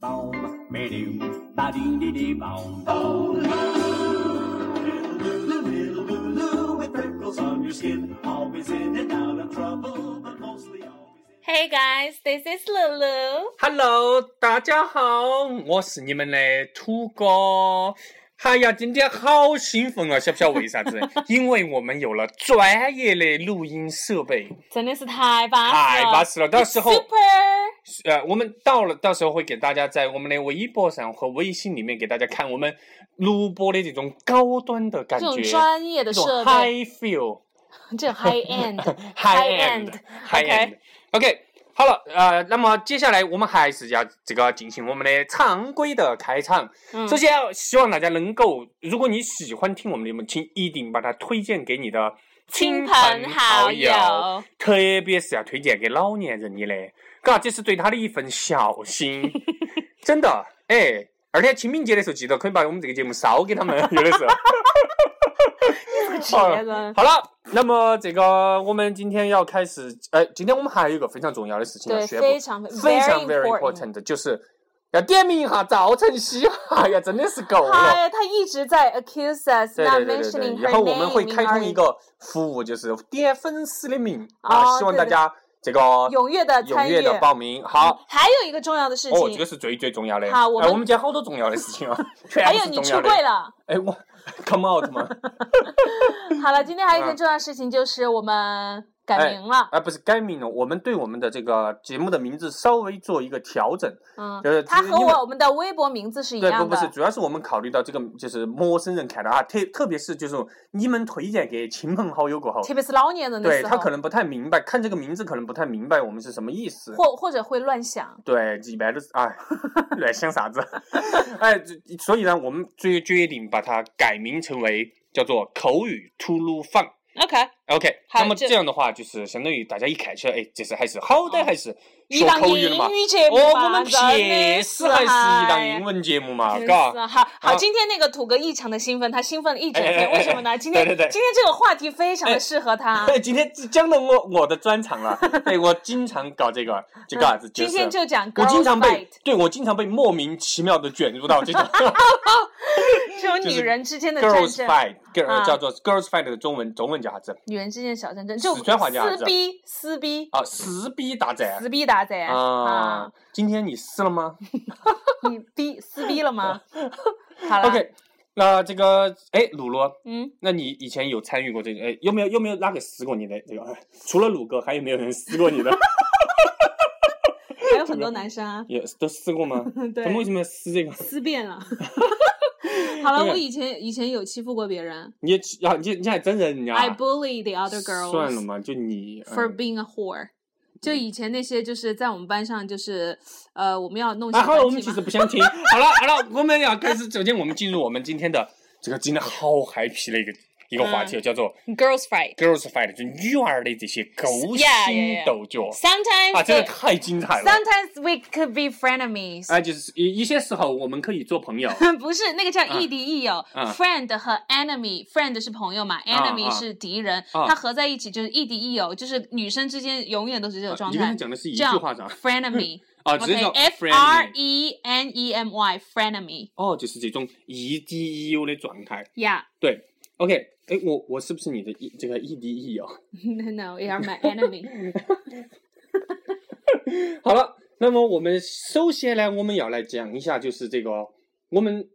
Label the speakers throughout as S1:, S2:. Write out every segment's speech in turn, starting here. S1: Boom, ba-doom, ba-dee-dee-dee, boom, boom. Little, little Lulu with freckles on your skin. Always in and out of trouble, but mostly always in.
S2: Hey guys, this is Lulu。
S3: Hello，大家好，我是你们的土哥。哎呀，今天好兴奋啊！晓不晓得为啥 子？因为我们有了专业的录音设备，
S2: 真的是太巴适
S3: 太
S2: 了，
S3: 巴适了。到时候，
S2: Super。
S3: 呃，我们到了，到时候会给大家在我们的微博上和微信里面给大家看我们录播的这种高端的感
S2: 这种
S3: 觉，
S2: 专业的
S3: 这种
S2: 设
S3: high
S2: 备，
S3: feel。
S2: 这 high end，
S3: high
S2: end，
S3: high
S2: OK
S3: end。OK，好了，呃，那么接下来我们还是要这个进行我们的常规的开场。
S2: 嗯
S3: 首先，希望大家能够，如果你喜欢听我们的节目，请一定把它推荐给你的
S2: 亲
S3: 朋
S2: 朋
S3: 好
S2: 好友，
S3: 特别是要推荐给老年人的嘞，嘎，这是对他的一份孝 心，真的，哎。而且清明节的时候，记得可以把我们这个节目烧给他 们，有的时候。哎
S2: 别人
S3: 哦好了，那么这个我们今天要开始，哎，今天我们还有一个非常重要的事情要
S2: 对
S3: 宣
S2: 非
S3: 布，
S2: 常
S3: 非常 very
S2: important。
S3: important，的就是要点名一下赵晨曦， 哎呀，真的是够了。
S2: 嗨，他一直在 accuse us
S3: 对
S2: not
S3: 对对对
S2: mentioning
S3: 对，
S2: her
S3: 然后我
S2: name
S3: 们会开
S2: in our
S3: 通一个服务，就是点粉丝的名
S2: 哦
S3: 啊，希望
S2: 对
S3: 大
S2: 对
S3: 家这个
S2: 踊跃的
S3: 踊
S2: 参
S3: 跃
S2: 与。
S3: 的报名。好，
S2: 还有一个重要的事
S3: 哦，这
S2: 情
S3: 个，是最最重要的。
S2: 好我
S3: 哎
S2: 们
S3: 我们今天好多重要的事 情啊，全
S2: 还
S3: 部
S2: 有
S3: 是
S2: 你
S3: 重
S2: 出
S3: 要的
S2: 柜。 了。
S3: 哎，我 come out 嘛，
S2: 好了，今天还有一件
S3: 嗯
S2: 重要事情就是我们改
S3: 哎
S2: 名了。
S3: 啊，不是改名了，我们对我们的这个节目的名字稍微做一个调整。
S2: 嗯
S3: 就是，
S2: 他
S3: 因
S2: 和
S3: 为
S2: 我们的微博名字是一
S3: 对，不
S2: 样
S3: 不
S2: 的
S3: 是，。主要是我们考虑到这个就是陌生人看到啊，特特别是就是你们推荐给亲朋好友过后，
S2: 特别是老年人的
S3: 对
S2: 时候，
S3: 他可能不太明白，看这个名字可能不太明白我们是什么 意思。
S2: 或或者会乱想。
S3: 对，一般都是哎，乱想啥子？ 哎，这所以呢，我们最决定把它改名成为叫做口语吐鲁放。
S2: OK，
S3: OK，
S2: 好
S3: 那么
S2: 这
S3: 这样的话，就是相当于大家一看起来，哎，这是还是好歹还是
S2: 一
S3: 说
S2: 档
S3: 口语
S2: 英
S3: 的嘛。
S2: 语节目
S3: 哦，
S2: 嘛
S3: 我们
S2: 真的
S3: 撇
S2: 是
S3: 是还是一档
S2: 嗨
S3: 英文节目嘛，
S2: 真
S3: 嘎
S2: 是。啊好好，
S3: 啊
S2: 今天那个土哥异常的兴奋，他兴奋了一整
S3: 哎哎
S2: 天，
S3: 哎哎
S2: 为什么呢？今天
S3: 对对对
S2: 今天这个话题非常的
S3: 哎
S2: 适合他。
S3: 对，今天讲到我我的专 场了，对我经常搞这个，这个啥子，
S2: 嗯今
S3: 就是
S2: 天就讲 girl
S3: 我
S2: fight，
S3: 经常被，对我经常被莫名其妙的卷入到 这种
S2: 这种女人之间的战
S3: girls
S2: 争，啊
S3: fight，girl 叫做 girls fight 的中文中文叫啥子？
S2: 女人之间的小战争，就
S3: 四川话叫啥
S2: 撕
S3: 子
S2: 逼撕逼
S3: 啊，撕逼大战
S2: 撕逼打嗯贼
S3: 啊！！今天你撕了吗
S2: 你逼撕逼了 吗？好了
S3: ？OK，那这个哎，鲁鲁，
S2: 嗯，
S3: 那你以前有参与过这个？哎，有没有有没有哪个撕过你的这个？哎除了鲁哥，还有没有人撕过 你的？
S2: 还有很多男生啊，
S3: 也都撕过吗？
S2: 对
S3: 他们为什么要撕这个？
S2: 撕遍 了。好了，
S3: 对
S2: 我以前以前有欺负过别人
S3: 你也啊，你你还真人家？
S2: ，I bully the other girls。
S3: 算了嘛，就你。嗯
S2: for being a whore。就以前那些就是在我们班上，就是呃，我们要弄小
S3: 啊，
S2: 团体嘛。
S3: 好了，我们其实不 想听。好了好了，我们要开始，首先我们进入我们今天的这个今天好 happy 的一个一个话题，
S2: 嗯
S3: 叫做
S2: girls fight。
S3: girls fight，就女娃的这些勾
S2: Yeah,
S3: 心
S2: yeah, yeah.
S3: 斗角啊，
S2: Sometimes
S3: 真的
S2: they-
S3: 太精彩了。
S2: sometimes we could be frenemies。
S3: 哎，就是一一些时候我们可以做朋友。
S2: 不是那个叫亦敌亦友
S3: 嗯
S2: ，friend 和 enemy，friend 是朋友嘛，enemy 是敌人，
S3: 啊
S2: 它合在一起就是亦敌亦友，就是女生之间永远都是这种状
S3: 啊你刚才
S2: 态。
S3: 讲 的是一
S2: 这
S3: 句
S2: 样
S3: 话啥？
S2: frenemy，
S3: 啊，直接叫
S2: OK，F
S3: friendly
S2: R E N E M Y，frenemy，yeah。
S3: 哦，就是这种亦敌亦友的状态。 对，OK，哎，我我是不是你的一这 E 个亦敌亦友？
S2: No，you are my enemy。
S3: 好了，那么我们首先呢，我们要来讲一下，就是这个我们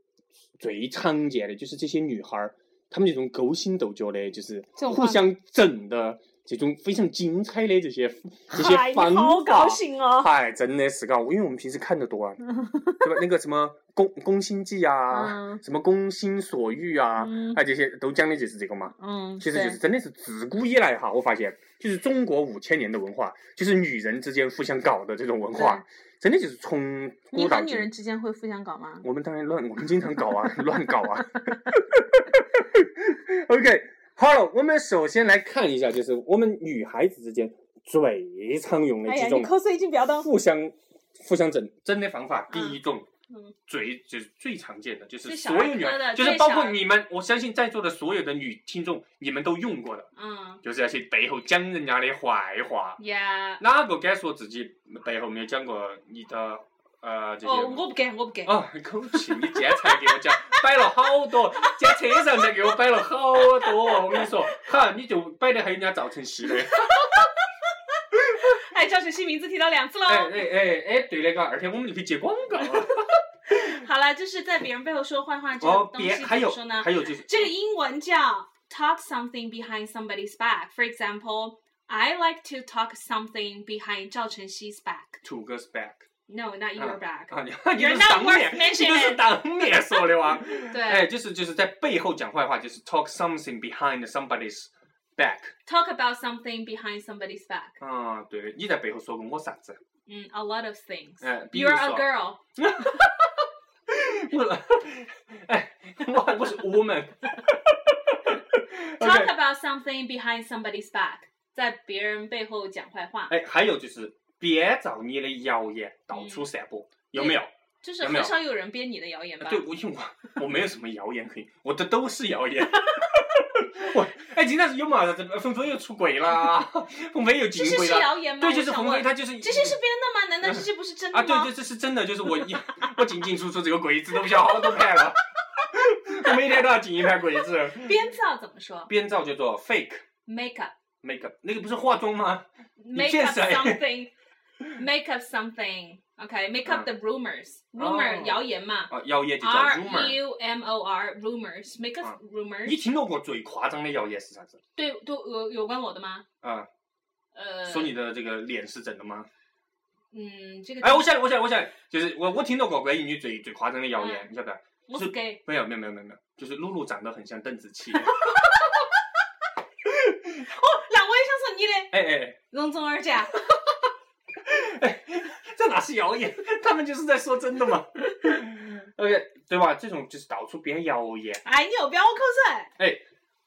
S3: 最常见的就是这些女孩儿，她们这种勾心斗角的，就是
S2: 这种
S3: 互
S2: 话
S3: 相整的这种非常精彩的 这些这些
S2: 嗨
S3: 方法。
S2: 好高兴哦！
S3: 嗨，真的是嘎，因为我们平时看的多啊，对吧？那个什么宫宫心计啊，
S2: 嗯
S3: 什么宫心所欲啊，
S2: 嗯
S3: 啊这些都讲的就是这个嘛。
S2: 嗯，
S3: 其实
S2: 对
S3: 就是真的是自古以来哈，我发现就是中国五千年的文化，就是女人之间互相搞的这种文化，真的就是从
S2: 你
S3: 古
S2: 和
S3: 到
S2: 女人
S3: 今。
S2: 之间会互相搞吗？
S3: 我们当然乱，我们经常搞 啊，乱搞啊。OK，好了，我们首先来看一下，就是我们女孩子之间最常用
S2: 哎
S3: 的几种
S2: 水已经飙到
S3: 互相互相整整的方法，第
S2: 嗯
S3: 一种。
S2: 嗯
S3: 最就是最常见的，就是
S2: 最小
S3: 所有
S2: 儿
S3: 女
S2: 科的
S3: 孩，就是
S2: 最
S3: 包
S2: 小
S3: 括
S2: 儿
S3: 你们，我相信在座的所有的女听众，你们都用过的，
S2: 嗯
S3: 就是要去背后讲人家的坏话。
S2: 呀，
S3: 哪个敢说自己背后没有讲过你的呃这些。
S2: 哦，我不敢，我不敢。
S3: 哦，口气！你今天才给我讲，摆了好多，今天车上才给我摆了好多。我跟你说，哈，你就摆的还有人家赵晨 曦的。
S2: 哎，赵晨曦名字提到两次喽。
S3: 哎哎哎哎，对了，嘎，二天我们就可以接广告了。
S2: 好了，就是在别人背后说坏话这
S3: 哦
S2: 个，东
S3: 别
S2: 西
S3: 还
S2: 怎么
S3: 有
S2: 说呢？
S3: 还有就是，
S2: 这个英文叫 talk something behind somebody's back. For example, I like to talk something behind 赵晨曦's back.
S3: two goes back。
S2: No, not your
S3: 啊
S2: back.
S3: 啊，你你这
S2: You're
S3: 是
S2: not
S3: 当
S2: worth
S3: 面，你这是
S2: mentioning.
S3: 当面说的哇。哎，
S2: 对
S3: 就是就是在背后讲坏话，就是 talk something behind somebody's back。
S2: ，talk about something behind somebody's back.
S3: 啊，对了，你在背后说过我啥子？
S2: 嗯，a lot of things.
S3: 哎，比如
S2: You're a
S3: 说，
S2: girl.
S3: 我，哎，我我是 woman。
S2: Talk
S3: OK，
S2: about something behind somebody's back. 在别人背后讲坏话，
S3: 哎，还有就是编造你的谣言到
S2: 嗯
S3: 处散播，有没有？
S2: 就是
S3: 有没
S2: 很
S3: 有
S2: 少有人编你的谣言吧？
S3: 对，我因为我我没有什么谣言可以，我的都是谣言。 我哎，今天是有嘛？纷纷又出轨啦，纷纷又
S2: 这
S3: 出
S2: 些
S3: 轨
S2: 是
S3: 啦。
S2: 谣言吗？
S3: 对，
S2: 我
S3: 就是
S2: 想
S3: 冯飞，
S2: 问
S3: 他就是
S2: 这些是编的吗？难道这些不是真的
S3: 啊，
S2: 吗？
S3: 对对，这是真的，就是我一我进进出出这个柜子都不晓得好多盘了， 我每天都要进一盘柜子。
S2: 编造怎么说
S3: 编造叫做 fake
S2: ？Make up,
S3: makeup，那个不是化妆吗？
S2: make
S3: 骗
S2: up
S3: 谁
S2: something, make up something. OK, make
S3: Uh.
S2: up the rumors. Rumor
S3: 哦
S2: 谣言嘛
S3: 啊，谣言就叫
S2: ，R
S3: Oh. rumor。Uh.
S2: U M O R rumors. Make up
S3: 你
S2: rumors.
S3: 听到过最夸张的谣言是啥子？
S2: 对，都有有关我的吗？
S3: 啊，
S2: 呃，
S3: 说你的这个脸是整的吗？
S2: 嗯，这个
S3: 哎，我晓得，我晓得，我晓得，就是我我听到过关于你最最夸张的谣
S2: 嗯
S3: 言，你晓得吧？
S2: 我
S3: 是
S2: 是 gay，
S3: 没有没有没有没有没有，就是露露长得很像邓紫棋。
S2: 那我也想说你嘞，
S3: 哎哎，
S2: 容总而讲，
S3: 这哪是谣言？ 他们就是在说真的嘛。OK，对吧？这种就是到处编谣言。
S2: 哎，你又飙我口水。
S3: 哎，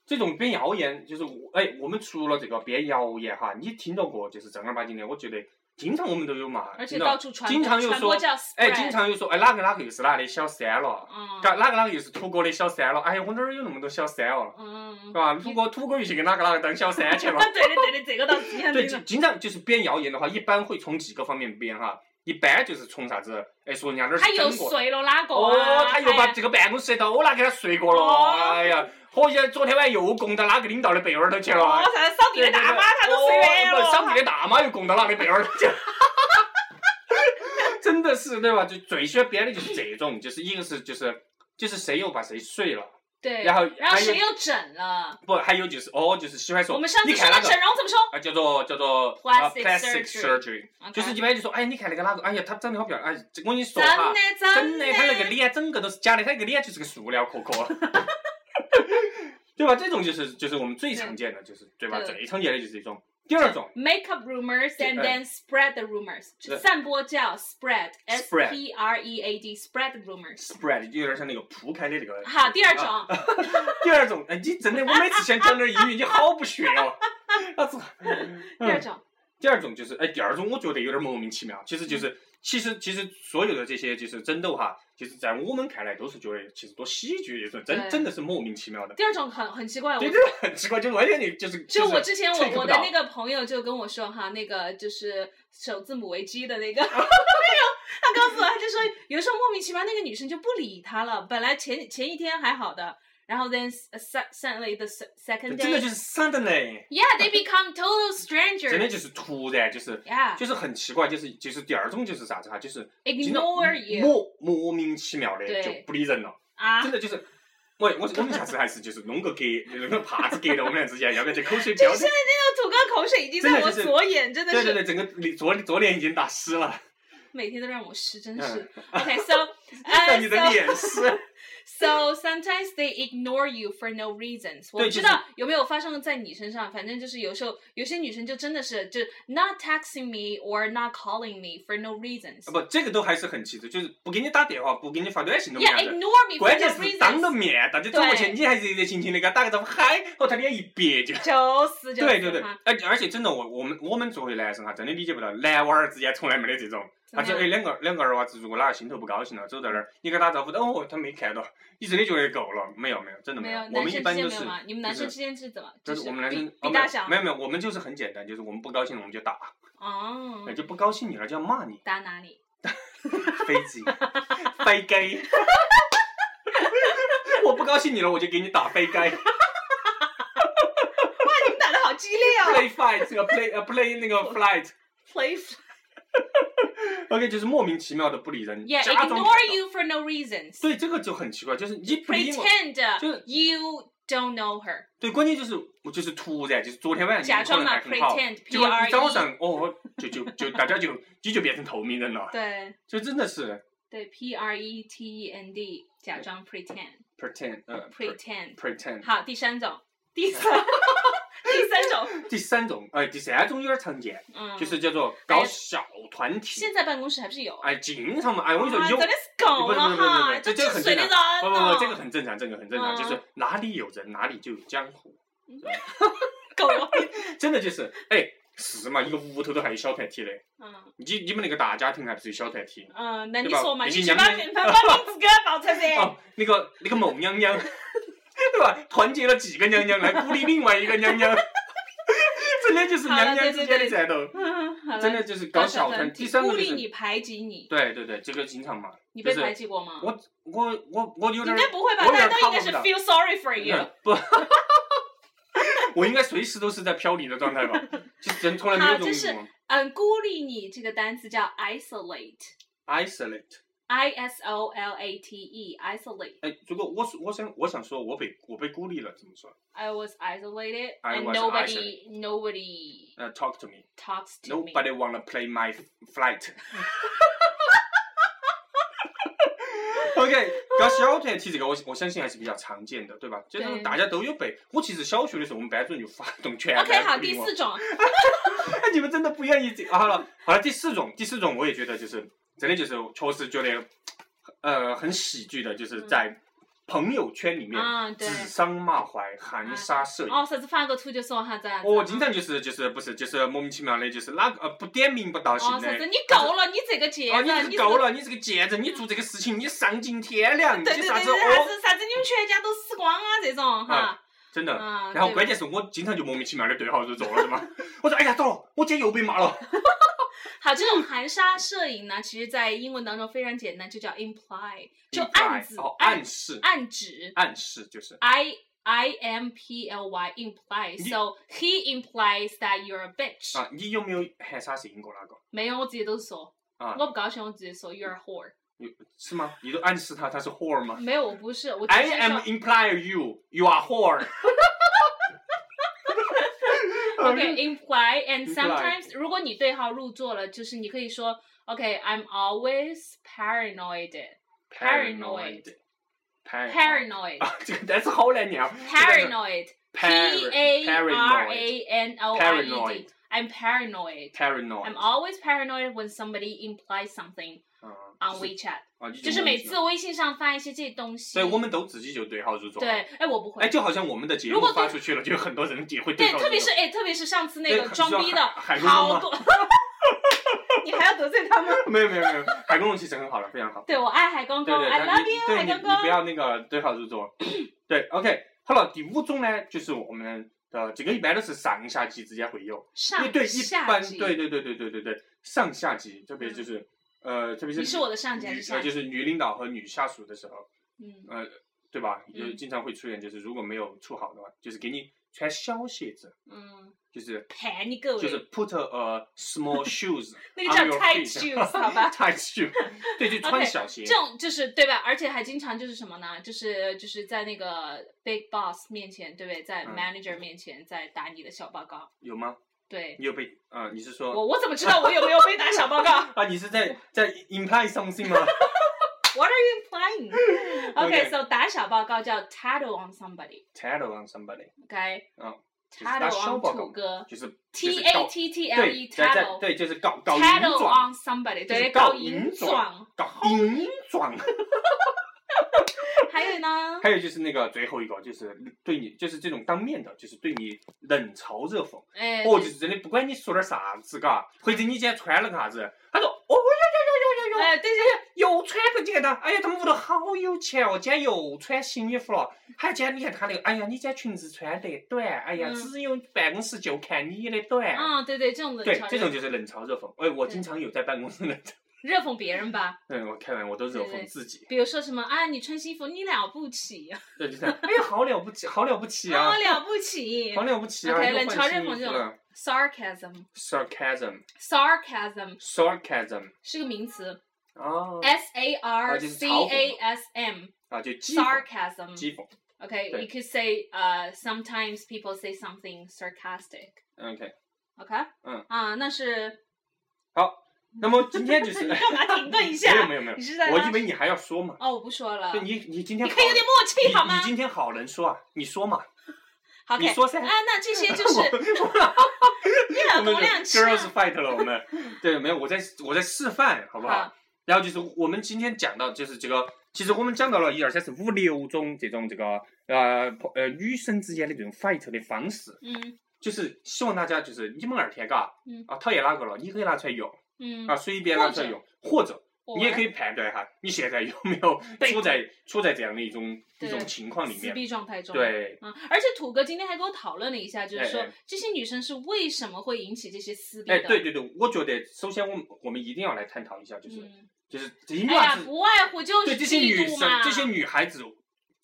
S3: 这种编谣言就是我哎，我们除了这个编谣言哈，你听到过就是正儿八经的，我觉得经常我们都有嘛，
S2: 而且
S3: 听到
S2: 到处传播，
S3: 经常又
S2: 传播
S3: 说，
S2: 叫
S3: 哎，
S2: spread
S3: 经常又说哎哪个哪个又是哪的小三了，
S2: 嗯
S3: 嘎哪个哪个又是土哥的小三了，哎呀我哪儿有那么多小三哦，
S2: 嗯
S3: 是，吧？土哥土哥又去给哪个哪个当小三去了，
S2: 啊 对的对的，这个倒是经常
S3: 对，
S2: 听到
S3: 经经常就是编谣言的话，一般会从几个方面编哈，一般就是从啥子哎说人家哪儿
S2: 他
S3: 是
S2: 又
S3: 整过。
S2: 睡了哪个
S3: 哦
S2: 啊？，
S3: 他又
S2: 哎
S3: 把
S2: 呀
S3: 这个办公室的头，我拿给他睡过了。
S2: 哦
S3: 哎呀，伙计，昨天晚上又拱到哪个领导的被窝儿头去了
S2: 哦，。啥扫地的大妈他都睡完
S3: 哦
S2: 了。
S3: 不扫地的大妈又拱到哪个被窝儿头去了。 真的是对吧？就最喜欢编的就是这种，就是一个是就是就是谁又把谁睡了，
S2: 对，
S3: 然后
S2: 然后
S3: 还有
S2: 谁又整了？
S3: 不还有就是哦，就是喜欢说
S2: 我们上
S3: 你
S2: 次说
S3: 看那
S2: 的
S3: 个
S2: 整容怎么说
S3: 啊叫做叫做啊
S2: Plastic
S3: plastic
S2: surgery
S3: surgery，
S2: ？OK？
S3: 就是一般就说哎你看那个哪个哎呀她长得好漂亮，哎这我跟你说
S2: 真
S3: 哈
S2: 的。
S3: 真
S2: 真
S3: 的
S2: 的，，
S3: 他那个脸整个都是假的，他那个脸就是个塑料壳壳。 对吧？这种就是就是我们最常见的，就是对吧？
S2: 对
S3: 最常见的就是这种。第二种
S2: make up rumors
S3: 对
S2: and
S3: 呃
S2: then spread the rumors，
S3: 对
S2: 散播叫 spread s
S3: Spread
S2: p r e a d spread rumors。
S3: spread 就有点像那个铺开的这个。啊
S2: 好，第二种，
S3: 第二种，哎，你真的，我每次想讲点英语，你好不学哦。老子。
S2: 第二种，
S3: 嗯第二种就是，哎，第二种我觉得有点莫名其妙，其实就是，
S2: 嗯
S3: 其实其实所有的这些就是争斗哈，就是在我们看来都是觉得其实多喜剧一种，真
S2: 对
S3: 真的是莫名其妙的。
S2: 第二种很很奇怪，我
S3: 对，这个很奇怪，就是完全你就是
S2: 就我
S3: 是
S2: 之前
S3: take
S2: 我
S3: 不
S2: 我的
S3: 到
S2: 那个朋友就跟我说哈，那个就是首字母为基的 那个那种，他告诉我，他就说有的时候莫名其妙那个女生就不理他了，本来前前一天还好的，然后 then s- se- suddenly the se- second
S3: 真的
S2: day,
S3: 就是 suddenly，
S2: yeah they become total
S3: 真的
S2: strangers,
S3: 就是突然，就是就
S2: yeah
S3: 是很奇怪，就是就是第二种就是啥子哈，就是经常
S2: ignore you
S3: 嗯莫莫名其妙的
S2: 对
S3: 就不理人了，
S2: 啊
S3: 真，的就是。喂，我我们下次还是就是弄个隔，弄个帕子隔到我们俩之间，要不然这口水
S2: 就
S3: 标
S2: 是现在这种吐个口水已经
S3: 真的
S2: 在我
S3: 就是
S2: 左眼，真的
S3: 对对
S2: 是
S3: 对，整个脸左左脸已经打湿了，
S2: 每天都让我湿，真是
S3: 嗯。
S2: OK so
S3: 让
S2: 呃
S3: 你的
S2: so
S3: 脸啊湿。
S2: So sometimes they ignore you for no reasons。我
S3: 对
S2: 不知
S3: 就是
S2: 道有没有发生在你身上，反正就是有时候有些女生就真的是就 not texting me or not calling me for no reasons
S3: 啊。不，这个都还是很其次，就是不给你打电话，不给你发短信都没
S2: Yeah,
S3: 啥子。
S2: ignore me
S3: 关
S2: for
S3: 键
S2: no
S3: 是当着
S2: reasons。
S3: 面，大家走过去，
S2: 对
S3: 你还热热情情的给他打个招呼，嗨，然后他脸一瘪就。
S2: 就是就是
S3: 对对对
S2: 哈，
S3: 而且而且真的，我我们我们作为男生哈，真的理解不到，男娃儿之间从来没得这种，
S2: 怎
S3: 啊，
S2: 么
S3: 就
S2: 样
S3: 哎两个两个儿娃子如果哪个心头不高兴了，走到那儿，你给他打招呼，哦，他没看到，你真的觉得够了，没有没有，真的
S2: 没
S3: 有
S2: 有，
S3: 我
S2: 男
S3: 们一
S2: 生之
S3: 般
S2: 间
S3: 就
S2: 没
S3: 是
S2: 有吗？你们男生之间是怎么？
S3: 就是我们男
S2: 比
S3: 生哦
S2: 比
S3: 没
S2: 大
S3: 有
S2: 小
S3: 没有没有，我们就是很简单，就是我们不高兴了我们就打，
S2: 哦
S3: 哎，就不高兴你了就要骂你，
S2: 打哪里？
S3: 飞 机，飞机。 我不高兴你了，我就给你打飞机。
S2: 你们打的好激烈哦
S3: Play fight，这个 play 呃 play 那个 flight。
S2: ！Play
S3: OK，就是莫名其妙的不理人
S2: yeah,
S3: 家中
S2: ignore you for no reasons.
S3: 对，这个就很奇怪，就是你不理我。
S2: Pretend uh,
S3: 就是
S2: you don't know her.
S3: 对，关键就是我就是突然，就是昨天晚上
S2: 假
S3: 你可
S2: 装
S3: 能
S2: 嘛
S3: 还很好，
S2: ，pretend
S3: 结果
S2: P R
S3: 一早
S2: E
S3: 上哦，就就就大家就就就变成透明人了，
S2: 对
S3: 就真的是
S2: 对 P R E T E N D 假装 pretend
S3: pretend 呃
S2: pretend。
S3: pretend。
S2: 好，第三种，第三 第三 种，
S3: 第三种，呃，第三种有点常见，
S2: 嗯，
S3: 就是叫做搞小团体
S2: 现。在办公室还不是有。
S3: 哎，经常嘛，哎，我跟你
S2: 啊
S3: 说有，
S2: 真的是狗
S3: 不是
S2: 了
S3: 不是不是不
S2: 哈，
S3: 是这这
S2: 就
S3: 个
S2: 是
S3: 很
S2: 水
S3: 正
S2: 的人
S3: 常不不
S2: 哦
S3: 不，这个很正常，这个很正常，
S2: 嗯
S3: 就是哪里有人哪里就有江湖，
S2: 狗 了，
S3: 真的就是，哎，是嘛，一个屋头都还有小团体嘞，
S2: 嗯
S3: 你你们那个大家庭还不是有小团体？
S2: 嗯，那你
S3: 对吧
S2: 说嘛，
S3: 你
S2: 你
S3: 是
S2: 去
S3: 娘
S2: 把把把
S3: 娘
S2: 名 字给他报出来
S3: 哦，，那个那个某娘娘，对吧？团结了几个娘娘来孤立另外一个娘 娘，真的就是娘娘之间的战斗，
S2: 嗯， 好了
S3: 真的就是搞小团。第三
S2: 孤
S3: 个就
S2: 立
S3: 是，
S2: 你、排挤你，
S3: 对对对，这个经常嘛，
S2: 你
S3: 就
S2: 被
S3: 是
S2: 排挤过吗？
S3: 我我我我有
S2: 应
S3: 点
S2: 该不会吧？
S3: 我有
S2: 大
S3: 点
S2: 家都应该
S3: cover
S2: 是
S3: 不嗯了
S2: feel sorry for you。
S3: 不， 我应该随时都是在飘零的状态吧？就人从来没有这
S2: 好
S3: 种
S2: 就
S3: 什
S2: 是
S3: 么
S2: 嗯，孤立你这个单词叫 isolate，I
S3: isolate。
S2: S O L A T E，isolate。
S3: 哎，如果我是我想我想说，我被我被孤立了，怎么说？
S2: I was isolated
S3: I
S2: and
S3: was
S2: nobody nobody
S3: 呃、t a l k to me。
S2: talks to me。
S3: Nobody wanna play my flight 。OK，搞
S2: 啊
S3: 小团体这个我我相信还是比较常见的，对吧？就是
S2: 对
S3: 大家都有被。我其实小学的时候，我们班主任就发动全班
S2: OK，好，
S3: 鼓励
S2: 第
S3: 我
S2: 四。种，
S3: 哎，你们真的不愿意这、 啊？好了，好了，第四种，第四种我也觉得就是真的就是确实觉得，呃，很喜剧的，就是在朋友圈里面
S2: 啊对
S3: 指桑骂槐、含沙射影。哦
S2: 哦，啥子发个图就说啥子啊？
S3: 我经常就是就是不是就是莫名其妙的，就是哪个呃不点名不道姓
S2: 哦，
S3: 的。
S2: 啥子？你够了，你这个贱
S3: 哦，
S2: 人，
S3: 你
S2: 你
S3: 这个狗了，你这个贱人，你做这个事情，你丧尽天良，你
S2: 对对对
S3: 啥
S2: 对，
S3: 子
S2: 啥
S3: 哦，
S2: 子啥子？你们全家都死光啊！这种哈，
S3: 真的。
S2: 啊，
S3: 嗯然后
S2: 对吧
S3: 关键是我经常就莫名其妙的对号入座了，是吗？我说哎呀，糟了，我姐又被骂了。
S2: 好，这种含沙射影呢，其实在英文当中非常简单，就叫 imply，就暗指
S3: 哦，
S2: 暗
S3: 暗示，
S2: 暗指
S3: 暗示就是。
S2: I I M P L Y imply。
S3: 你
S2: So he implies that you're a bitch。
S3: 啊，你有没有含沙射影过那个？
S2: 没有，我直接都说，
S3: 啊
S2: 我不高兴，我直接说 you're a whore。
S3: 有是吗？你都暗示他他是 whore 吗
S2: 没有，我不是，我直
S3: 啊？I
S2: 接
S3: am
S2: 说。
S3: imply you, you are whore 。
S2: Okay, imply and
S3: Imply.
S2: sometimes 如果你对号入座了，就是你可以说 Okay, I'm always paranoid,
S3: paranoid。paranoid。
S2: paranoid,
S3: 啊，这个单词好难念啊。
S2: paranoid, P A R A N O I E
S3: paranoid
S2: D. I'm paranoid.
S3: paranoid。
S2: I'm always paranoid when somebody implies something
S3: 嗯就
S2: on
S3: 是
S2: WeChat，
S3: 啊，
S2: 就是每次微信上发一些这些东西。
S3: 所以我们都自己就对号入座。
S2: 对，，哎，我不
S3: 哎，
S2: 会。
S3: 就好像我们的节目
S2: 如果对
S3: 发出去了，就有很多人也会
S2: 对
S3: 号，入座。
S2: 特别是哎，特别是上次那
S3: 对
S2: 个
S3: 很
S2: 装
S3: 像
S2: 逼的，
S3: 海海龟
S2: 好
S3: 汤
S2: 多。 你还要得罪他吗？
S3: 没有没有没有，海公公其实很好的，非常好。
S2: 对，我爱海公公
S3: 对对，
S2: ，I
S3: 但
S2: love
S3: 你
S2: you，
S3: 对
S2: 海
S3: 你
S2: 公
S3: 你不
S2: 公。
S3: 要那个对号入座。对，OK，好了，第五种呢，就是我们的呃这个一般都是上下级之间会有，因为
S2: 上
S3: 对一
S2: 下
S3: 般
S2: 级，
S3: 对对对对对对对上下级，特别就是呃，特别是
S2: 你是我的上级还
S3: 女
S2: 是
S3: 呃
S2: 下
S3: 就
S2: 级？
S3: 是女领导和女下属的时候，
S2: 嗯，
S3: 呃，对吧？就
S2: 嗯
S3: 经常会出现，就是如果没有处好的话，就是给你穿小鞋子，
S2: 嗯，
S3: 就是
S2: 盘你狗
S3: 就
S2: 嘞，
S3: 是 put a small shoes
S2: 那个叫
S3: on your
S2: tight
S3: feet
S2: shoes，好 吧
S3: ？tight shoes，对，就穿
S2: OK，
S3: 小鞋
S2: 这。种就是对吧？而且还经常就是什么呢？就是就是在那个 big boss 面前，对不对？在
S3: 嗯
S2: manager 面前，在打你的小报告。
S3: 有吗？
S2: 对
S3: 你有被啊？你是
S2: 我，
S3: 说
S2: 我怎么知道我有没有被打小报 告
S3: 啊？你是在在 imply something 吗？
S2: ？What are you implying?
S3: OK
S2: OK, so 打小报告叫 tattle on somebody.
S3: tattle on somebody，
S2: OK,
S3: 嗯就是打
S2: tattle
S3: 小
S2: on
S3: 报告
S2: 土哥
S3: 就是就
S2: T
S3: 是搞
S2: A T T L
S3: 对
S2: E
S3: 在在
S2: tattle。
S3: 对，就是搞搞
S2: t
S3: 银
S2: a t t l e
S3: 状，
S2: on somebody，
S3: 就是
S2: 对，
S3: 告
S2: 告
S3: 银
S2: 银
S3: 状
S2: 状。
S3: 搞银状。
S2: 还有呢，
S3: 还有就是那个最后一个，就是对你，就是这种当面的，就是对你冷嘲热讽。
S2: 哎，
S3: 哦，就是真的，不管你说点啥子，嘎，或者你今天穿了个啥子，他说，哦呀呀呀呀呀呀，
S2: 哎，对对对，
S3: 又穿个你看他，哎呀，他们屋头好有钱哦，今天又穿新衣服了。还有今天你看他那个，哎呀，你今天裙子穿得短，哎呀，
S2: 嗯
S3: 只有办公室就看你的短。
S2: 嗯，对对，这种冷
S3: 对
S2: 嘲，
S3: 这
S2: 热
S3: 种就是冷嘲热讽。哎，我
S2: 对
S3: 经常有在办公室冷嘲，
S2: 热讽别人吧，
S3: 对我看完我都是有
S2: 对
S3: 讽
S2: 对
S3: 自己，
S2: 比如说什么啊，你穿西服你了不起，
S3: 对，就这样，哎呀，好了不起，好了不起啊
S2: 哦，，了不起
S3: 好了不起啊，
S2: ，OK，
S3: 又
S2: 冷嘲热
S3: 换新衣
S2: 讽
S3: 服
S2: 这种
S3: 了
S2: sarcasm，sarcasm
S3: ，sarcasm，sarcasm，
S2: 是个名词
S3: 啊
S2: ，s a
S3: 啊
S2: r
S3: 就是
S2: c
S3: 嘲讽
S2: a s m，sarcasm。
S3: 啊，就讥讽，讥讽
S2: Okay,
S3: Okay.
S2: you could say uh sometimes people say something sarcastic.
S3: ，OK，
S2: Okay?
S3: 嗯。
S2: 啊，那是
S3: 好， 那么 今天只是
S2: 你干嘛停顿一下？
S3: 没有没有没有
S2: 你是在
S3: 我
S2: 拉
S3: 以为你还要说嘛，
S2: 哦，我不说了。
S3: 对你你今天
S2: 你可以有点默契好
S3: 好人
S2: 吗
S3: 你你今天好人说啊，你说嘛，
S2: 好，
S3: 你
S2: OK
S3: 说噻
S2: 啊，那这些 就是热
S3: 我
S2: 狗
S3: 们就
S2: 两吃啊。
S3: girls fight 了，我们 对，没有，我在我在示范，好不好
S2: 好？
S3: 然后就是我们今天讲到，就是这个，其实我们讲到了一二三四五六种这种这个呃朋呃女生之间的这种 fight 的方式，
S2: 嗯
S3: 就是希望大家就是你们二天嘎
S2: 嗯，
S3: 啊讨厌哪个了，你可以拿出来用
S2: 嗯
S3: 啊，，随便拿出来用，或者你也可
S2: 以
S3: 以判断一下你现在有没有
S2: 被
S3: 处在处在这样的一种一
S2: 对
S3: 种情况里
S2: 自
S3: 面，
S2: 闭状态中。。
S3: 对，
S2: 嗯，而且土哥今天还跟我讨论了一下，就是说
S3: 哎哎
S2: 这些女生是为什么会引起这些撕逼
S3: 哎，
S2: 的。
S3: 对，对对，我觉得首先我们我们一定要来探讨一下，就是
S2: 嗯，
S3: 就是一定
S2: 哎
S3: 要
S2: 呀，
S3: 是。
S2: 不外乎就是
S3: 对这些女
S2: 嫉妒
S3: 生
S2: 嘛，，
S3: 这些女孩子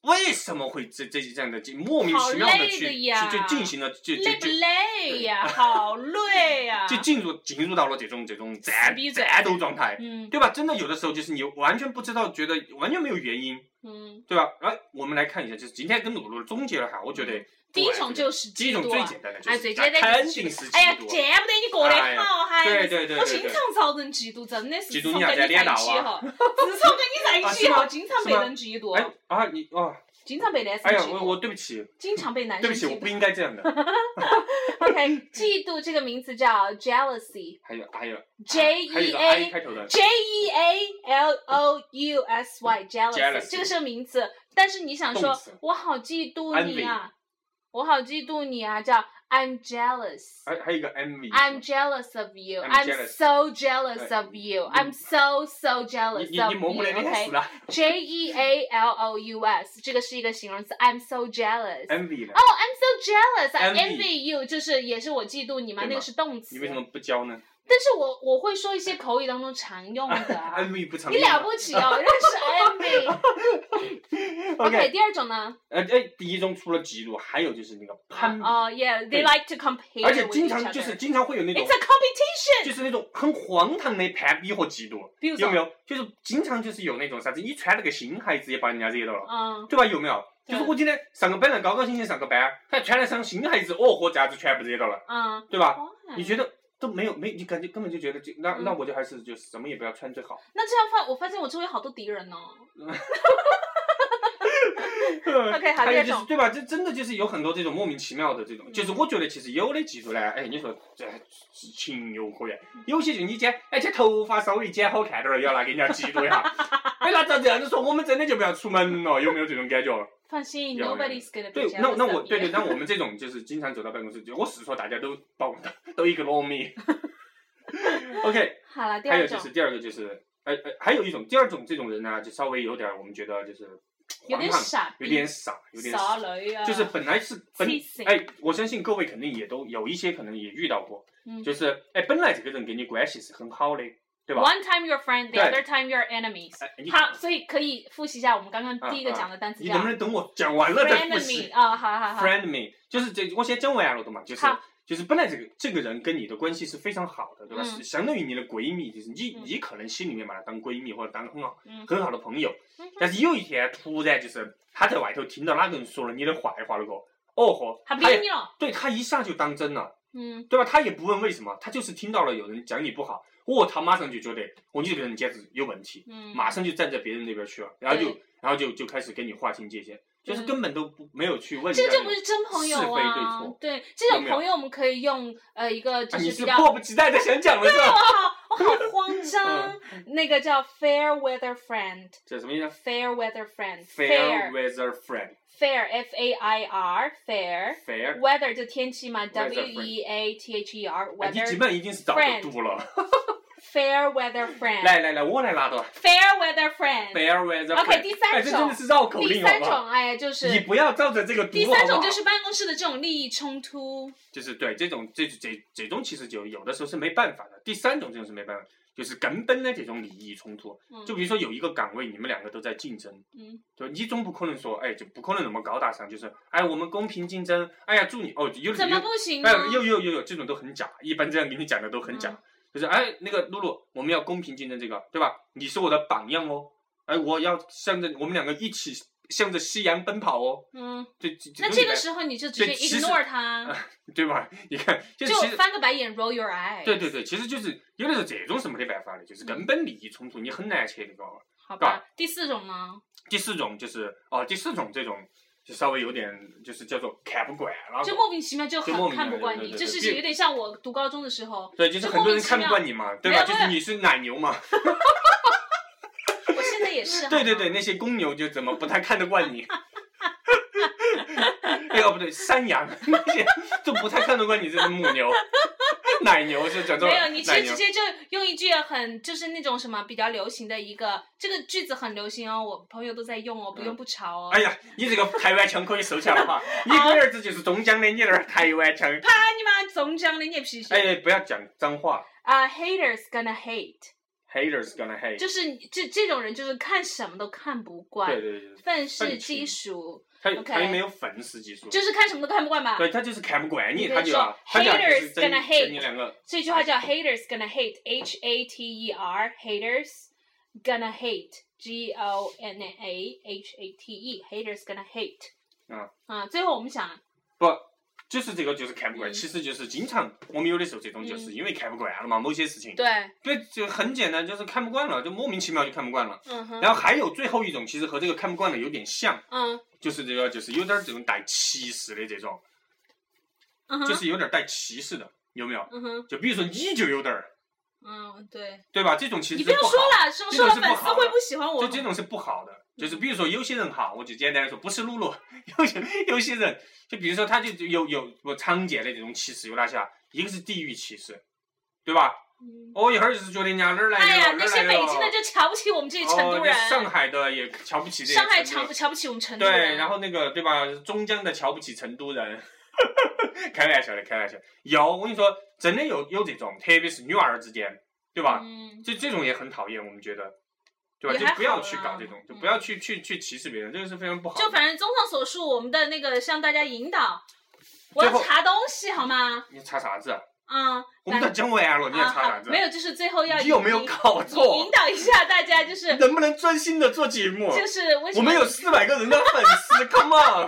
S3: 为什么会这这这样的进莫名其妙
S2: 好
S3: 的
S2: 累
S3: 去
S2: 的
S3: 去
S2: 呀
S3: 就进行了就就
S2: 累不
S3: 就
S2: 累呀？好累呀！
S3: 就进入进入到了这种这种
S2: 死
S3: 战
S2: 逼嘴
S3: 战斗状态，
S2: 嗯
S3: 对吧？真的有的时候就是你完全不知道，觉得完全没有原因，
S2: 嗯，
S3: 对吧？来，我们来看一下，就是今天跟鲁鲁总结了哈，我觉得
S2: 第一种就是
S3: 第一
S2: 嫉
S3: 种
S2: 妒
S3: 最
S2: 啊
S3: 简单的就
S2: 哎，
S3: 是
S2: 最
S3: 嫉妒
S2: 简单
S3: 肯
S2: 就是
S3: 定
S2: 嫉
S3: 是
S2: 妒
S3: 嫉
S2: 哎呀，
S3: 妒啊哎
S2: 见不得你过得好，嗨，
S3: 对对对
S2: 我
S3: 对
S2: 经
S3: 对
S2: 常遭人嫉妒，真的是。
S3: 嫉
S2: 自
S3: 妒
S2: 从
S3: 你啊
S2: 跟
S3: 在
S2: 你在
S3: 脸
S2: 一起
S3: 打
S2: 后，自从跟你在一起
S3: 啊是
S2: 后，
S3: 吗
S2: 经常被人嫉妒
S3: 哎，啊你哦，
S2: 经常被男生
S3: 哎呀
S2: 嫉
S3: 我我
S2: 妒，
S3: 对不起
S2: 经常被男
S3: 对
S2: 生嫉
S3: 不起，我不
S2: 妒。
S3: 应该这样的。
S2: OK，嫉妒这个名词叫 jealousy，J
S3: 还有还有
S2: J
S3: 还有一
S2: E
S3: 个
S2: A
S3: I 开头的
S2: E A L O U S Y，jealousy，
S3: Jealousy
S2: 这个是个名词，但是你想
S3: 动
S2: 说
S3: 词，
S2: 我好嫉妒你啊，我好嫉妒你啊，叫 I'm jealous。
S3: 哎还还有一个 MV。
S2: I'm jealous of you.
S3: I'm
S2: I'm,
S3: jealous.
S2: so jealous
S3: 哎
S2: of you.
S3: 你
S2: I'm so so jealous
S3: 你
S2: of you.
S3: 你你模糊了，你还
S2: OK.
S3: 死了。
S2: J E A L O U S 这个是一个形容词。I'm so jealous.
S3: envy 呢
S2: 哦、？i m so jealous. I
S3: Envy
S2: envy you，就是也是我嫉妒你嘛，
S3: 对嘛
S2: 那个是动词。
S3: 你为什么？不教呢
S2: 但是我我会说一些口语当中常用的 啊。
S3: ？envy 不成
S2: 你
S3: 立
S2: 了
S3: 吗。
S2: 不起哦，认 识 envy。OK，
S3: OK，
S2: 第二种呢？
S3: 呃哎，第一种除了嫉妒，还有就是那个攀比，
S2: 哦、y e a h t h e y
S3: 对
S2: like to compare
S3: 而且
S2: with
S3: 经
S2: each
S3: 常就是
S2: other.
S3: 经常会有那种
S2: It's a competition.
S3: 就是那种很荒唐的攀比和嫉妒，
S2: 比如
S3: 有
S2: 说
S3: 没，有？就是经常就是有那种啥子，你穿了个新鞋子也把人家惹到了，
S2: 嗯，
S3: 对吧？有没有？
S2: 对
S3: 就是我今天上个本来高高兴兴上个班，还穿了双新鞋子，哦，和啥子全部惹到了，
S2: 嗯，
S3: 对吧？你觉
S2: 得？
S3: 得都没有没，你感觉根本就觉得就那
S2: 嗯
S3: 那我就还是就是什么也不要穿最好。
S2: 那这样发，我发现我周围好多敌人哦呢、OK，好
S3: 还有
S2: 第二
S3: 就是
S2: 种
S3: 对吧？这真的就是有很多这种莫名其妙的这种，
S2: 嗯
S3: 就是我觉得其实有的技术呢，哎，你说这情有可原，有些就你剪，哎，这头发稍微剪好看点儿，要拿给人家嫉妒 一下。哎，那照这样子说，我们真的就不要出门了，有没有这种感觉？
S2: 放心
S3: 有有
S2: ，Nobody's gonna be
S3: 对
S2: jealous，
S3: 那那我
S2: of
S3: 对对，
S2: you
S3: 那我们这种就是经常走到办公室，就我是说大家都把我都 ignore me。OK，
S2: 好了，第
S3: 还有
S2: 二
S3: 就
S2: 种
S3: 是第二个就是，哎哎，还有一种第二种这种人呢，就稍微有点儿我们觉得就是
S2: 有点
S3: 荒唐
S2: 傻逼，
S3: 有点傻，有点
S2: 傻
S3: 傻。
S2: 雷啊，
S3: 就是本来是本
S2: 气死
S3: 哎，我相信各位肯定也都有一些可能也遇到过，
S2: 嗯
S3: 就是哎，本来这个人跟你关系是很好的，对吧
S2: One time you're friend, the
S3: 对
S2: other time you're enemies。
S3: 哎，你
S2: 好，所以可以复习一下我们刚刚
S3: 啊
S2: 第一个
S3: 啊
S2: 讲的单词
S3: 你
S2: 叫
S3: 能不能等我讲完了再复习
S2: friendemy 啊？好好好，
S3: ？Friend me，就是这我先讲完了的嘛，就是
S2: 好
S3: 就是本来这个这个人跟你的关系是非常好的，对吧？
S2: 嗯
S3: 是相当于你的闺蜜，就是你
S2: 嗯
S3: 你可能心里面把她当闺蜜或者当很好
S2: 嗯
S3: 很好的朋友
S2: 嗯哼，
S3: 但是有一天突然就是她在外头听到哪个人说了你的坏话了个，哦豁，
S2: 他
S3: 她
S2: 逼
S3: 也
S2: 你了，
S3: 对她一下就当真了。
S2: 嗯，
S3: 对吧？他也不问为什么，他就是听到了有人讲你不好，我他马上就觉得我你这个人简直有问题，
S2: 嗯
S3: 马上就站在别人那边去了，然后就然后就就开始跟你划清界限，就是
S2: 嗯
S3: 根本都不没有去问人
S2: 这
S3: 家
S2: 就
S3: 有。
S2: 不是真朋友
S3: 是非对
S2: 啊
S3: 错。
S2: 对，这种
S3: 有没有
S2: 朋友我们可以用呃一个
S3: 啊
S2: 就
S3: 你
S2: 比
S3: 是
S2: 较
S3: 迫 不及待的想讲了是吧？
S2: 我好慌张，那个叫 fair weather friend。
S3: 这什么意思
S2: Fair weather friend,
S3: ？Fair
S2: fair,
S3: weather friend,
S2: fair, F A I R, fair.
S3: fair。
S2: Weather 就天气嘛
S3: Weather
S2: ，W E A T H E R,
S3: 哎你基
S2: weather.
S3: 本已经是早就读 了。
S2: Fair weather
S3: 来
S2: friend,
S3: 来来，我来拿到
S2: fair weather friend。
S3: fair weather friend。
S2: OK，第三
S3: 哎这真的
S2: 种
S3: 是绕口
S2: 第
S3: 令，
S2: 三
S3: 好不好？
S2: 种，哎，就是
S3: 你不要照着这个读，
S2: 第三
S3: 好
S2: 种
S3: 不好
S2: 就是办公室的这种利益冲突。
S3: 就是对这种这这这种其实就有的时候是没办法的。第三种这种是没办法，就是根本的这种利益冲突。
S2: 嗯
S3: 就比如说有一个岗位，你们两个都在竞争，
S2: 嗯
S3: 就你总不可能说，哎，就不可能那么高大上，就是哎，我们公平竞争，哎呀，祝你哦，有
S2: 怎么不行呢
S3: 哎？，有有有有，这种都很假，一般这样给你讲的都很假，
S2: 嗯
S3: 就是哎，那个露露，我们要公平竞争这个，对吧？你是我的榜样哦，哎，我要向着我们两个一起向着夕阳奔跑哦，
S2: 嗯，
S3: 就
S2: 那这个时候你就直接
S3: 对其实呃
S2: ignore 他，
S3: 对吧？ 你看，就
S2: 就
S3: 其实
S2: 翻个白眼，roll your eyes。
S3: 对对，对，其实就是有的时候这种是没得办法的，就是根本利益冲突，你很难去那个。
S2: 好吧。第四种呢？
S3: 第四种就是哦，第四种这种就稍微有点就是叫做看不惯了，
S2: 就莫名其妙就
S3: 就
S2: 很
S3: 莫名
S2: 看不
S3: 其妙
S2: 惯
S3: 对
S2: 你，
S3: 对
S2: 这
S3: 对
S2: 事
S3: 这
S2: 情有点像我读高中的时候，
S3: 对，就是
S2: 就
S3: 很
S2: 莫名
S3: 多人
S2: 其
S3: 看不
S2: 妙
S3: 惯你嘛，对
S2: 没
S3: 吧？
S2: 有
S3: 就
S2: 不
S3: 是
S2: 是
S3: 你是奶牛嘛，
S2: 我现在也是。
S3: 对对
S2: 好吗
S3: 对，，那些公牛就怎么不太看得 惯你？哎呦，不对，山羊那些就不太看得惯你这只母牛、奶牛是叫做
S2: 没有，你其
S3: 奶
S2: 实
S3: 牛
S2: 直。接就用一句很就是那种什么比较流行的一个这个句子很流行哦，我朋友都在用哦，不用不潮哦。
S3: 哎呀，你这个台湾腔可以收起来 了哈！你龟儿子就是中江的，你那儿台湾腔。
S2: 啊你妈总讲的你也脾气
S3: 哎，不要讲脏话
S2: 啊，haters gonna hate，
S3: ，haters gonna hate。
S2: 就是你这这种人就是看什么都看不
S3: 对
S2: 惯，
S3: 对对，
S2: 愤世
S3: 愤
S2: 嫉
S3: 青
S2: 俗，
S3: 他
S2: OK
S3: 他又没有粉丝技术，
S2: 就是看什么都看不惯吧。
S3: 对他就是看不惯
S2: 你
S3: 你，
S2: 可以
S3: 他就要
S2: 说
S3: 他就要就是
S2: haters
S3: 跟
S2: gonna hate
S3: 跟你两个
S2: 这句话叫 haters gonna hate，H A T E R haters gonna hate，G O N A H A T E，haters gonna hate。
S3: 嗯
S2: 啊，最后我们想，
S3: 不，就是这个就是看不惯，
S2: 嗯
S3: 其实就是经常我们有的时候这种就是
S2: 嗯
S3: 因为看不惯了嘛，某些事情，
S2: 对，
S3: 对，就很简单，就是看不惯了，就莫名其妙就看不惯了。
S2: 嗯哼，
S3: 然后还有最后一种，其实和这个看不惯的有点像，
S2: 嗯
S3: 就是这个就是有点这种带歧视的这种，
S2: 嗯哼，
S3: 就是有点带歧视的，有没有？
S2: 嗯哼，
S3: 就比如说你就有点儿，
S2: 嗯对，
S3: 对吧？这种其实
S2: 你不要
S3: 好
S2: 说了，说
S3: 这
S2: 说
S3: 种
S2: 了粉
S3: 是不
S2: 丝
S3: 好
S2: 会
S3: 的
S2: 不喜欢我
S3: 就。这种是不好的，就是比如说有些人哈，我就简单来说，不是露露，有些有些人，就比如说他就有有我常见的这种歧视有哪些啊？一个是地域歧视，对吧？
S2: 嗯
S3: 我一会儿就是觉得人家哪儿来的
S2: 哎
S3: 哦，
S2: 呀，那
S3: 哪儿来
S2: 些
S3: 的
S2: 北
S3: 哦
S2: 京的就瞧不起我们这些成
S3: 哦
S2: 都
S3: 就
S2: 人，
S3: 上海的也瞧不起这些
S2: 上海
S3: 成都
S2: 瞧不瞧不起我们成都人。
S3: 对，然后那个对吧，中江的瞧不起成都人， 开玩笑的，开玩笑。有，我跟你说，真的有有这种，特别是女娃儿之间，对吧？
S2: 嗯，
S3: 这这种也很讨厌，我们觉得，对吧？
S2: 也
S3: 就
S2: 还
S3: 不要
S2: 好
S3: 去
S2: 啦
S3: 搞这种，就
S2: 嗯
S3: 不要去去去歧视别人，这个是非常不好的。
S2: 就反正综上所述，我们的那个向大家引导，我
S3: 最
S2: 要
S3: 后
S2: 查东西好吗？
S3: 你查啥子啊？
S2: 啊、
S3: 我们都讲完了，你还
S2: 啊
S3: 查啥
S2: 好，
S3: 子啊？
S2: 没有，就是最后要
S3: 你有没有
S2: 引
S3: 搞错
S2: 引导一下大家，就是
S3: 能不能专心的做节目？
S2: 就是为什么
S3: 我们有四百个人的粉 丝，Come on！
S2: 好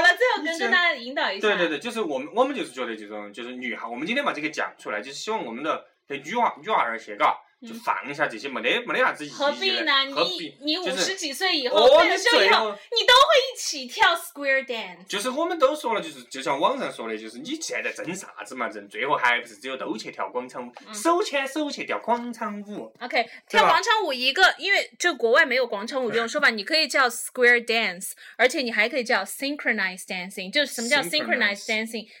S2: 了，最后
S3: 你
S2: 跟
S3: 这
S2: 跟大家引导一下，
S3: 对对对，就是我们我们就是觉得这种就是女孩，我们今天把这个讲出来，就是希望我们的给女娃女娃儿些，嘎，就
S2: 嗯
S3: 放一下这些没得没得啥子意义的
S2: 何必呢？
S3: 何必
S2: 你？你
S3: 就
S2: 五
S3: 是
S2: 十几岁以后
S3: 哦，
S2: 退
S3: 你
S2: 了休以
S3: 最
S2: 后，
S3: 后
S2: 你都会一起跳 square dance。
S3: 就是我们都说了，就是就像网上说的，就是你现在争啥子嘛，人最后还不是只有都去跳广场舞，
S2: 嗯
S3: 手牵手去跳广场舞。
S2: OK，
S3: 对
S2: 跳
S3: 吧
S2: 广场舞一个，因为就国外没有广场舞这种说法，你可以叫 square dance，而且你还可以叫 synchronized dancing，就是什么叫
S3: Synchronized 嗯
S2: synchronized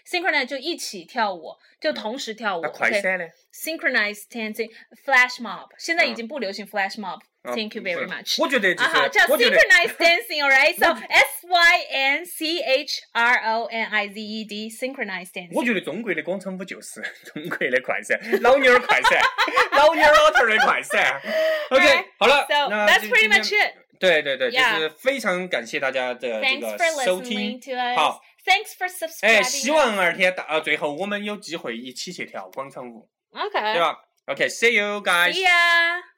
S2: dancing？synchronized 就一起跳舞，就同时跳舞。
S3: 那快
S2: OK，synchronized
S3: 闪呢？
S2: dancing flash mob，现在已
S3: 嗯
S2: 经不流行 flash mob。
S3: 啊
S2: Thank you very
S3: 不
S2: much。
S3: 我觉得就
S2: 啊好，叫
S3: 是，我觉得
S2: synchronized dancing，alright？So S Y N C H R O N I Z E D，synchronized dancing。
S3: 我觉得中国的广场舞就是 中国的快闪，老妞儿快 闪，老妞儿老头儿的快闪。OK，
S2: Alright，
S3: 好了
S2: So
S3: 那
S2: that's
S3: 就
S2: pretty
S3: 今天
S2: much it.
S3: 对对对，就
S2: Yeah
S3: 是非常感谢大家的这
S2: Thanks
S3: 个
S2: for
S3: 收听
S2: listening。to us.
S3: 好
S2: Thanks for
S3: 哎，
S2: subscribing.
S3: 希望二天到最后我们有机会一起去跳广场舞，
S2: Okay.
S3: 对吧？OK，see you guys。
S2: See ya.